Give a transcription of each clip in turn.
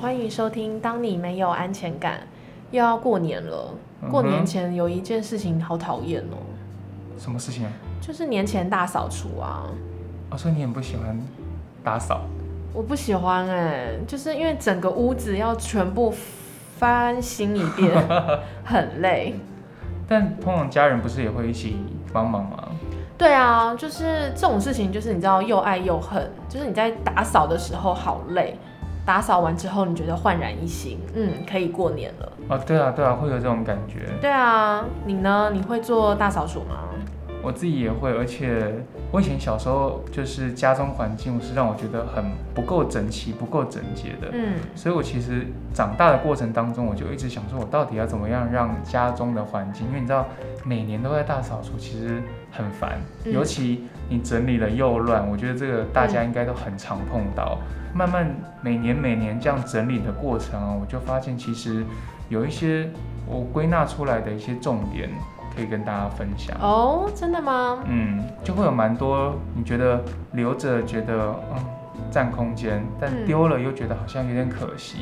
欢迎收听《当你没有安全感》，又要过年了。过年前有一件事情好讨厌哦，什么事情啊？就是年前大扫除啊，我、说你很不喜欢打扫，我不喜欢哎、就是因为整个屋子要全部翻新一遍，很累。但通常家人不是也会一起帮忙吗？对啊，就是这种事情，就是你知道又爱又恨，就是你在打扫的时候好累，打扫完之后你觉得焕然一新，嗯，可以过年了。哦，对啊，对啊，会有这种感觉。对啊，你呢？你会做大扫除吗？我自己也会，而且我以前小时候就是家中环境是让我觉得很不够整齐、不够整洁的，嗯，所以我其实长大的过程当中，我就一直想说，我到底要怎么样让家中的环境，因为你知道每年都在大扫除，其实很烦，嗯尤其你整理了又乱，我觉得这个大家应该都很常碰到。慢慢每年每年这样整理的过程啊，我就发现其实有一些我归纳出来的一些重点，可以跟大家分享。哦，真的吗？嗯，就会有蛮多你觉得留着觉得嗯占空间，但嗯丢了又觉得好像有点可惜。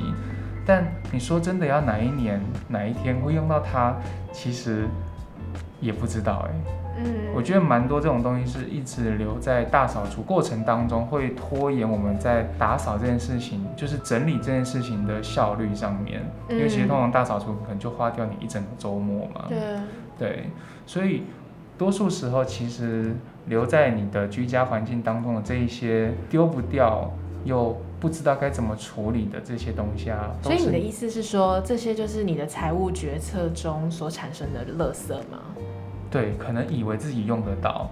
但你说真的要哪一年哪一天会用到它，其实也不知道哎、嗯，我觉得蛮多这种东西是一直留在大扫除过程当中，会拖延我们在打扫这件事情，就是整理这件事情的效率上面。因为其实通常大扫除可能就花掉你一整个周末嘛。对，对，所以多数时候其实留在你的居家环境当中的这一些丢不掉又不知道该怎么处理的这些东西啊，都所以你的是意思是说，这些就是你的财务决策中所产生的垃圾吗？对，可能以为自己用得到，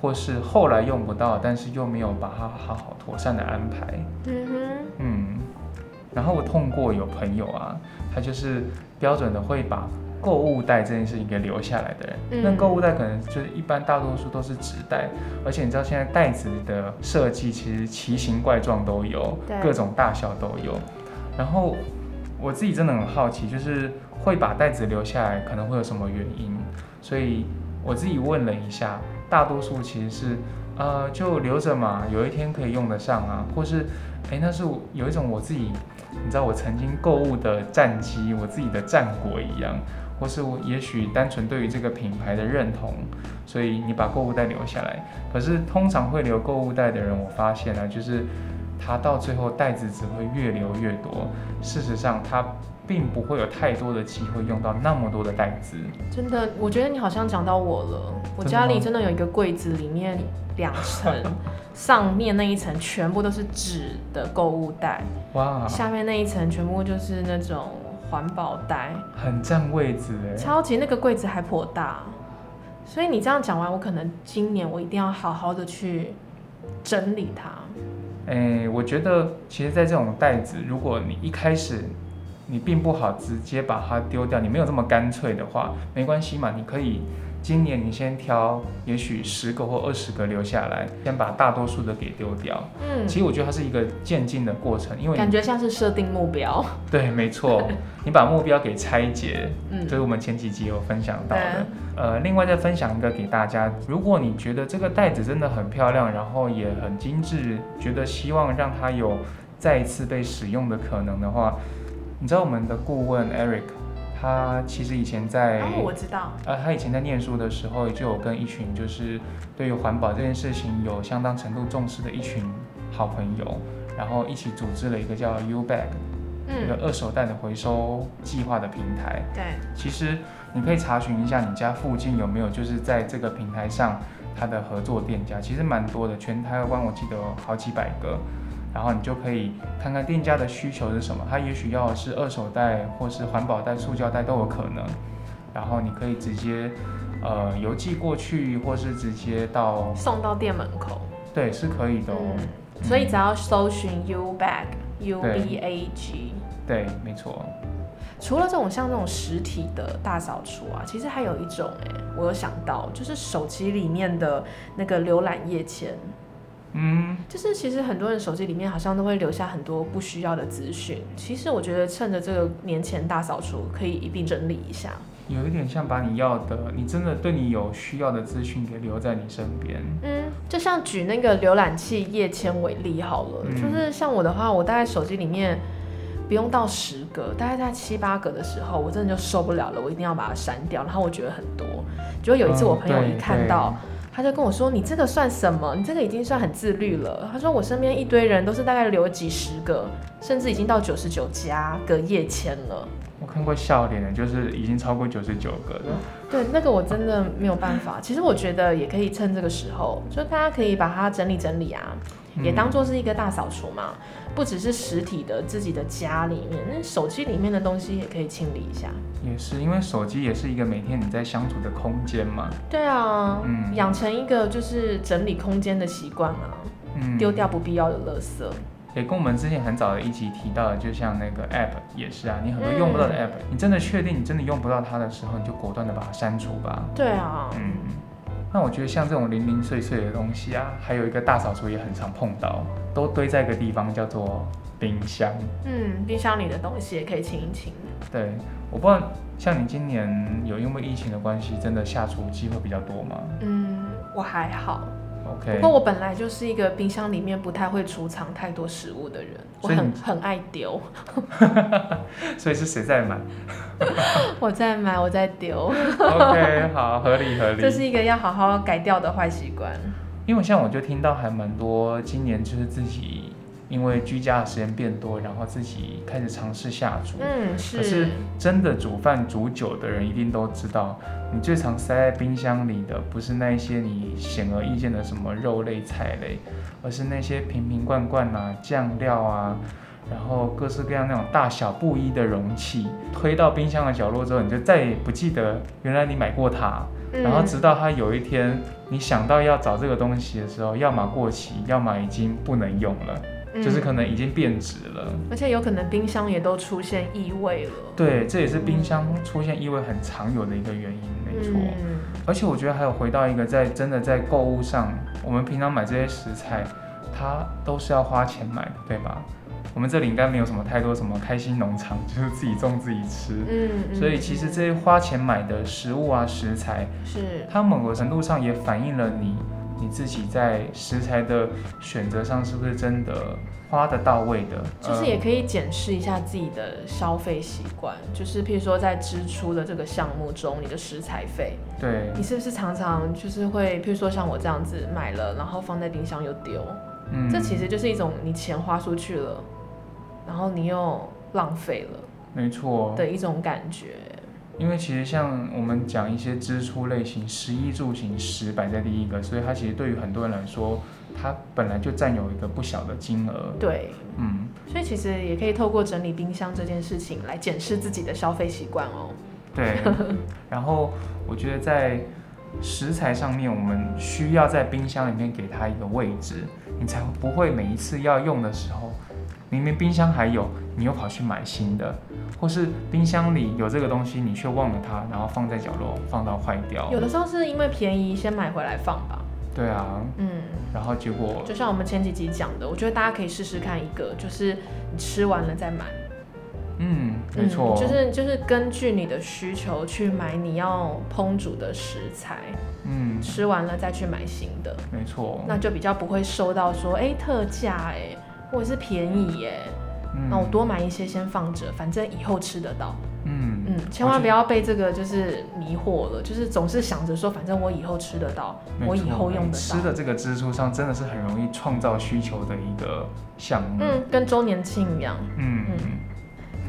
或是后来用不到，但是又没有把它好好妥善的安排。嗯哼，嗯，然后我碰过有朋友啊，他就是标准的会把购物袋这件事情给留下来的人。嗯那购物袋可能就是一般大多数都是纸袋，而且你知道现在袋子的设计其实奇形怪状都有对，各种大小都有。然后我自己真的很好奇，就是会把袋子留下来，可能会有什么原因？所以我自己问了一下，大多数其实是，呃，就留着嘛，有一天可以用得上啊，或是，哎，那是我有一种我自己，你知道我曾经购物的战绩，我自己的战果一样，或是我也许单纯对于这个品牌的认同，所以你把购物袋留下来。可是通常会留购物袋的人，我发现啊，就是他到最后袋子只会越留越多，事实上他并不会有太多的机会用到那么多的袋子。真的，我觉得你好像讲到我了。我家里真的有一个柜子，里面两层， 上面那一层全部都是纸的购物袋，哇，下面那一层全部就是那种环保袋，很占位置哎。超级那个柜子还颇大。所以你这样讲完，我可能今年我一定要好好的去整理它。哎，我觉得其实，在这种袋子，如果你一开始你并不好直接把它丢掉，你没有这么干脆的话，没关系嘛，你可以今年你先挑，也许十个或二十个留下来，先把大多数的给丢掉。嗯，其实我觉得它是一个渐进的过程，因为感你觉像是设定目标。对，没 错，你把目标给拆解，嗯，这是我们前几集有分享到对啊的。呃，另外再分享一个给大家，如果你觉得这个袋子真的很漂亮，然后也很精致，觉得希望让它有再一次被使用的可能的话，你知道我们的顾问 Eric，他其实以前在、哦，我知道。呃，他以前在念书的时候，就有跟一群就是对于环保这件事情有相当程度重视的一群好朋友，然后一起组织了一个叫 U Bag 一个嗯，二手袋的回收计划的平台。对，其实你可以查询一下你家附近有没有，就是在这个平台上它的合作店家，其实蛮多的，全台湾我记得有好几百个。然后你就可以看看店家的需求是什么，他也许要的是二手袋或是环保袋、塑胶袋都有可能。然后你可以直接呃邮寄过去，或是直接到，送到店门口。对，是可以的哦。嗯，所以只要搜寻 U bag U B A G。对，没错。除了这种像这种实体的大扫除啊，其实还有一种哎、我有想到，就是手机里面的那个浏览页签，嗯，就是其实很多人手机里面好像都会留下很多不需要的资讯。其实我觉得趁着这个年前大扫除，可以一并整理一下。有一点像把你要的，你真的对你有需要的资讯给留在你身边。嗯，就像举那个浏览器页签为例好了，嗯就是像我的话，我大概手机里面。不用到十个，大概在七八个的时候，我真的就受不了了，我一定要把它删掉。然后我觉得很多，结果有一次我朋友一看到，他就跟我说：“你这个算什么？你这个已经算很自律了。”他说：“我身边一堆人都是大概留几十个，甚至已经到九十九加个夜签了。我看过笑脸的，就是已经超过九十九个了。”对，那个我真的没有办法。其实我觉得也可以趁这个时候，就大家可以把它整理整理啊，嗯也当做是一个大扫除嘛。不只是实体的自己的家里面，那手机里面的东西也可以清理一下。也是因为手机也是一个每天你在相处的空间嘛。对啊，嗯养成一个就是整理空间的习惯啊，嗯，丢掉不必要的垃圾。也跟我们之前很早的一集提到的，就像那个 app 也是啊，你很多用不到嗯的 app，、你真的确定你真的用不到它的时候，你就果断的把它删除吧。对啊，嗯，那我觉得像这种零零碎碎的东西啊，还有一个大扫除也很常碰到，都堆在一个地方叫做冰箱。嗯，冰箱里的东西也可以清一清。对，我不知道像你今年有因为疫情的关系，真的下厨机会比较多吗嗯，我还好，不？OK，过我本来就是一个冰箱里面不太会储藏太多食物的人，我所以你很很爱丢。 所以是谁在买我在买，我在丢， ？OK，好，合理合理这。是一个要好好改掉的坏习惯。因为像我就听到还蛮多，今年就是自己因为居家的时间变多，然后自己开始尝试下厨。嗯，可是真的煮饭煮久的人一定都知道，你最常塞在冰箱里的不是那一些你显而易见的什么肉类菜类，而是那些瓶瓶罐罐啊、酱料啊，然后各式各样那种大小不一的容器，推到冰箱的角落之后，你就再也不记得原来你买过它。嗯然后直到它有一天你想到要找这个东西的时候，要么过期，要么已经不能用了，就是可能已经变质了。嗯而且有可能冰箱也都出现异味了。对，这也是冰箱出现异味很常有的一个原因，没错。嗯而且我觉得还有回到一个在真的在购物上，我们平常买这些食材，它都是要花钱买的，对吧？我们这里应该没有什么太多什么开心农场，就是自己种自己吃。嗯，嗯所以其实这嗯些花钱买的食物啊、食材，是它某个程度上也反映了你你自己在食材的选择上是不是真的花得到位的，呃就是也可以检视一下自己的消费习惯，就是譬如说在支出的这个项目中，你的食材费，呃、对。你是不是常常就是会，譬如说像我这样子买了，然后放在冰箱又丢，嗯这其实就是一种你钱花出去了，然后你又浪费了没错，的一种感觉。因为其实像我们讲一些支出类型，食衣住行食摆在第一个，所以它其实对于很多人来说，它本来就占有一个不小的金额。对，嗯，所以其实也可以透过整理冰箱这件事情来检视自己的消费习惯哦。 对。然后我觉得在食材上面，我们需要在冰箱里面给它一个位置，你才不会每一次要用的时候，明明冰箱还有，你又跑去买新的，或是冰箱里有这个东西，你却忘了它，然后放在角落，放到坏掉有。的时候是因为便宜先买回来放吧，对啊，嗯。然后结果就像我们前几集讲的，我觉得大家可以试试看一个，就是你吃完了再买，嗯，没嗯错、就是就是根据你的需求去买你要烹煮的食材，嗯，吃完了再去买新的，没错，嗯那就比较不会收到说哎、诶特价哎、或者是便宜耶、嗯那我多买一些先放着，反正以后吃得到。嗯嗯，千万不要被这个就是迷惑了，就是总是想着说，反正我以后吃得到，没我错以后用得吃到。的这个支出上真的是很容易创造需求的一个项目，嗯，跟周年庆一样。嗯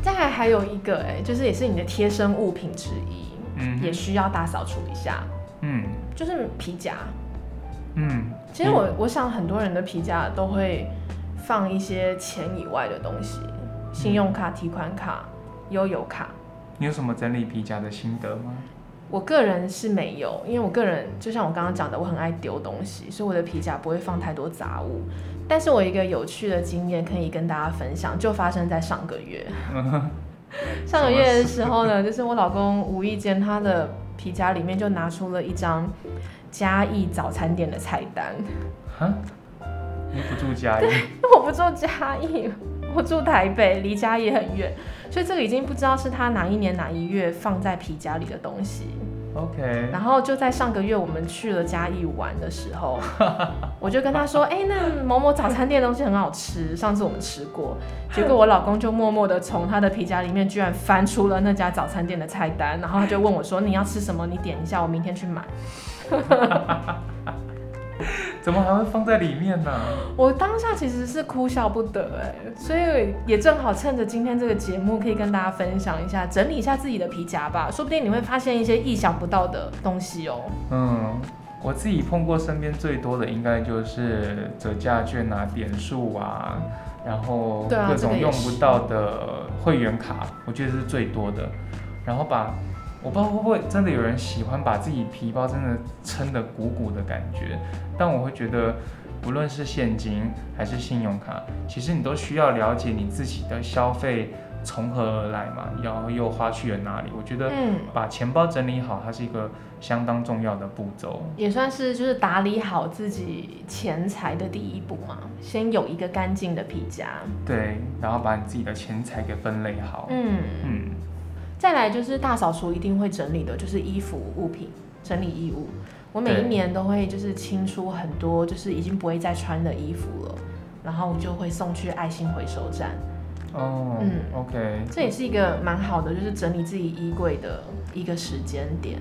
再来还有一个哎、就是也是你的贴身物品之一，嗯也需要大扫除一下，嗯就是皮夹。嗯，其实我、我想很多人的皮夹都会放一些钱以外的东西，信用卡、提款卡、悠游卡。你有什么整理皮夹的心得吗？我个人是没有，因为我个人就像我刚刚讲的，我很爱丢东西，所以我的皮夹不会放太多杂物。但是我有一个有趣的经验可以跟大家分享，就发生在上个月。上个月的时候呢， 就是我老公无意间他的皮夹里面就拿出了一张嘉义早餐店的菜单，哈，你不住家里，因为我不住嘉义，我住台北，离嘉义很远，所以这个已经不知道是他哪一年哪一月放在皮夹里的东西。 OK，然后就在上个月我们去了嘉义玩的时候，我就跟他说：“哎、那某某早餐店的东西很好吃，上次我们吃过。”结果我老公就默默的从他的皮夹里面居然翻出了那家早餐店的菜单，然后他就问我说：“你要吃什么？你点一下，我明天去买。怎么还会放在里面呢、”我当下其实是哭笑不得哎、所以也正好趁着今天这个节目，可以跟大家分享一下，整理一下自己的皮夹吧，说不定你会发现一些意想不到的东西哦、嗯，我自己碰过身边最多的应该就是折价券啊、点数啊，然后对啊各这个种也用是不到的会员卡，我觉得是最多的。然后把我不知道会不会真的有人喜欢把自己皮包真的撑得鼓鼓的感觉，但我会觉得，不论是现金还是信用卡，其实你都需要了解你自己的消费从何而来嘛，然后又花去了哪里。我觉得嗯。把钱包整理好，它是一个相当重要的步骤。也算是就是打理好自己钱财的第一步嘛，先有一个干净的皮夹。对，然后把你自己的钱财给分类好。嗯，嗯，再来就是大扫除一定会整理的，就是衣服物品整理衣物。我每一对年都会就是清出很多就是已经不会再穿的衣服了，然后我就会送去爱心回收站。哦、嗯 o k 这也是一个蛮好的，就是整理自己衣柜的一个时间点。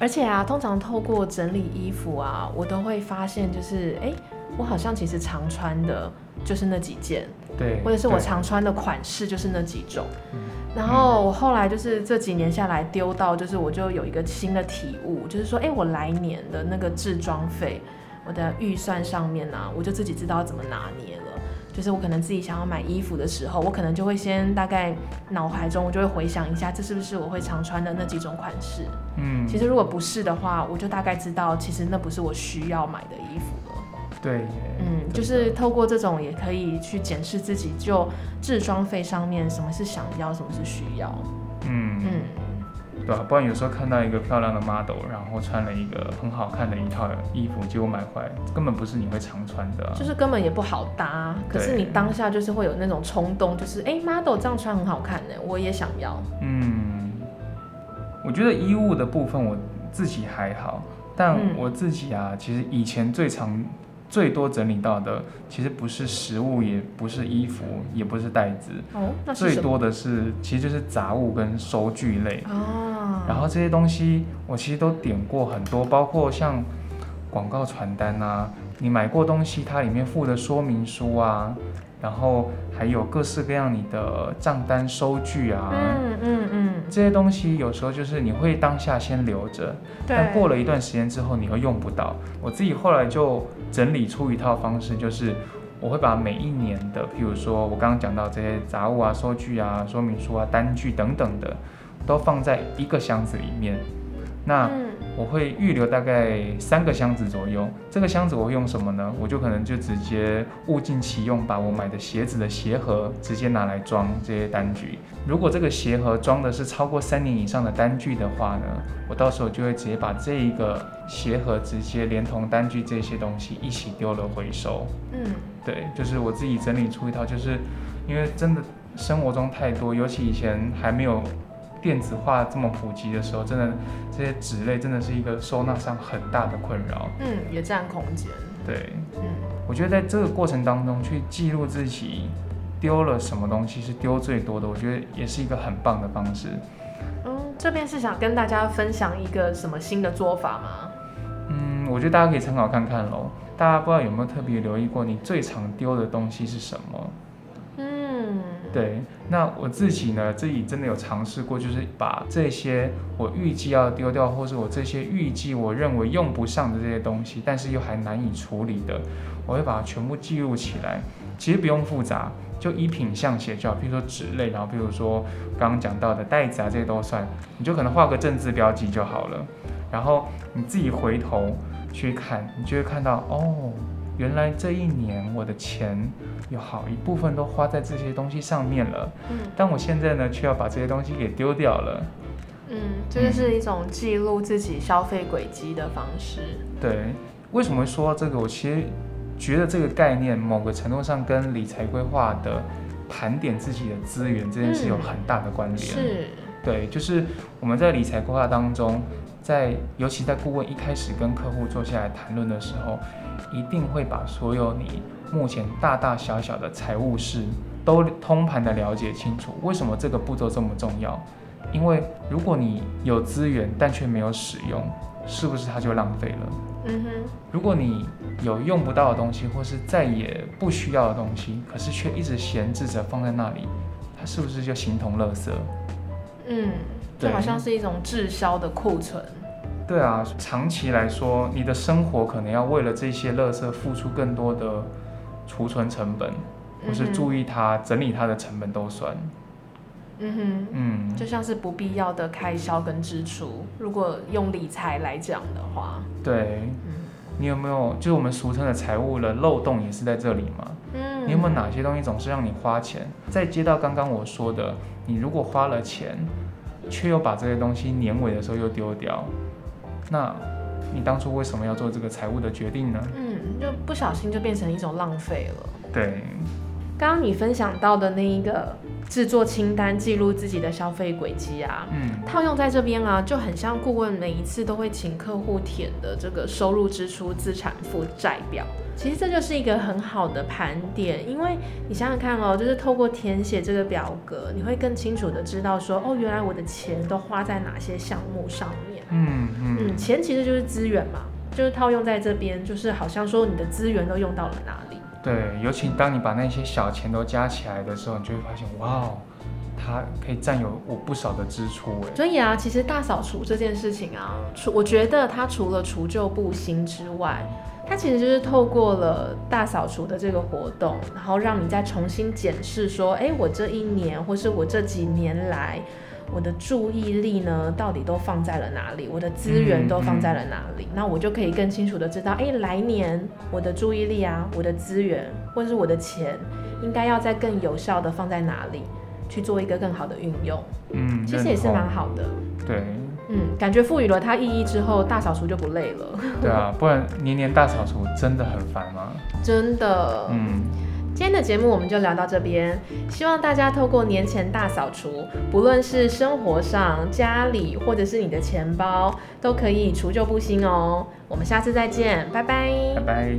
而且啊，通常透过整理衣服啊，我都会发现，就是哎、诶我好像其实常穿的就是那几件，对，或者是我对常穿的款式就是那几种嗯。然后我后来就是这几年下来丢到，就是我就有一个新的体悟，就是说，哎、我来年的那个置装费，我的预算上面呢、啊我就自己知道怎么拿捏了。就是我可能自己想要买衣服的时候，我可能就会先大概脑海中我就会回想一下，这是不是我会常穿的那几种款式。嗯，其实如果不是的话，我就大概知道，其实那不是我需要买的衣服了。对耶，嗯，就是透过这种也可以去检视自己，就置装费上面什么是想要，什么是需要。嗯，嗯，对啊，不然有时候看到一个漂亮的 model，然后穿了一个很好看的一套衣服，结果买回来根本不是你会常穿的啊、就是根本也不好搭，可是对你当下就是会有那种冲动，就是哎、m o d e l 这样穿很好看呢，我也想要。嗯，我觉得衣物的部分我自己还好，但嗯我自己啊，其实以前最常、最多整理到的，其实不是食物，也不是衣服，也不是袋子，哦，那是最什么？多的是其实就是杂物跟收据类。啊，然后这些东西我其实都点过很多，包括像广告传单啊，你买过东西它里面附的说明书啊，然后还有各式各样你的账单收据啊。嗯嗯嗯，这些东西有时候就是你会当下先留着，但过了了一段时间之后，你又用不到。我自己后来就整理出一套方式，就是我会把每一年的，譬如说我刚刚讲到这些杂物啊、收据啊、说明书啊、单据等等的，都放在一个箱子里面。那嗯我会预留大概三个箱子左右。这个箱子我会用什么呢？我就可能就直接物尽其用，把我买的鞋子的鞋盒直接拿来装这些单据。如果这个鞋盒装的是超过三年以上的单据的话呢，我到时候就会直接把这一个鞋盒直接连同单据这些东西一起丢了回收。嗯，对，就是我自己整理出一套，就是因为真的生活中太多，尤其以前还没有电子化这么普及的时候，真的这些纸类真的是一个收纳上很大的困扰。嗯，也占空间。对，嗯，我觉得在这个过程当中去记录自己丢了什么东西是丢最多的，我觉得也是一个很棒的方式。嗯，这边是想跟大家分享一个什么新的做法吗？嗯，我觉得大家可以参考看看喽。大家不知道有没有特别留意过，你最常丢的东西是什么？嗯，对，那我自己呢，自己真的有尝试过，就是把这些我预计要丢掉，或是我这些预计我认为用不上的这些东西，但是又还难以处理的，我会把它全部记录起来。其实不用复杂，就以品相写就好，比如说纸类，然后比如说刚刚讲到的袋子啊，这些都算，你就可能画个正字标记就好了。然后你自己回头去看，你就会看到哦，原来这一年我的钱有好一部分都花在这些东西上面了，嗯但我现在呢却要把这些东西给丢掉了。嗯，这就是一种记录自己消费轨迹的方式。对，为什么会说这个？我其实觉得这个概念某个程度上跟理财规划的盘点自己的资源这件事有很大的关联。是，对，就是我们在理财规划当中，在尤其在顾问一开始跟客户坐下来谈论的时候，一定会把所有你目前大大小小的财务事都通盘的了解清楚。为什么这个步骤这么重要？因为如果你有资源但却没有使用，是不是它就浪费了？嗯哼，如果你有用不到的东西，或是再也不需要的东西，可是却一直闲置着放在那里，它是不是就形同垃圾？嗯，就对好像是一种滞销的库存。对啊，长期来说，你的生活可能要为了这些垃圾付出更多的储存成本，或是注意，意它、整理它的成本都算。嗯嗯哼，，就像是不必要的开销跟支出。如果用理财来讲的话，对嗯。你有没有就是我们俗称的财务的漏洞也是在这里吗？嗯，你有没有哪些东西总是让你花钱？再接到刚刚我说的，你如果花了钱，却又把这些东西年尾的时候又丢掉，那你当初为什么要做这个财务的决定呢？嗯，就不小心就变成一种浪费了。对，刚刚你分享到的那一个制作清单，记录自己的消费轨迹啊，嗯，套用在这边啊，就很像顾问每一次都会请客户填的这个收入、支出、资产负债表。其实这就是一个很好的盘点，因为你想想看哦，就是透过填写这个表格，你会更清楚的知道说，哦，原来我的钱都花在哪些项目上面。嗯嗯嗯，钱其实就是资源嘛，就是套用在这边，就是好像说你的资源都用到了哪里。对，尤其当你把那些小钱都加起来的时候，你就会发现，哇哦，它可以占有我不少的支出欸诶。所以啊，其实大扫除这件事情啊，除我觉得它除了除旧布新之外，它其实就是透过了大扫除的这个活动，然后让你再重新检视说，哎，我这一年或是我这几年来，我的注意力呢到底都放在了哪里，我的资源都放在了哪里，那我就可以更清楚的知道，哎，来年我的注意力啊，我的资源或者是我的钱，应该要再更有效的放在哪里，去做一个更好的运用。嗯，其实也是认同蛮好的。 对，嗯，感觉赋予了它意义之后，大扫除就不累了， 对啊，不然年年大扫除真的很烦吗？真的。嗯，今天的节目我们就聊到这边，希望大家透过年前大扫除，不论是生活上、家里或者是你的钱包，都可以除旧布新哦。我们下次再见，拜拜拜拜。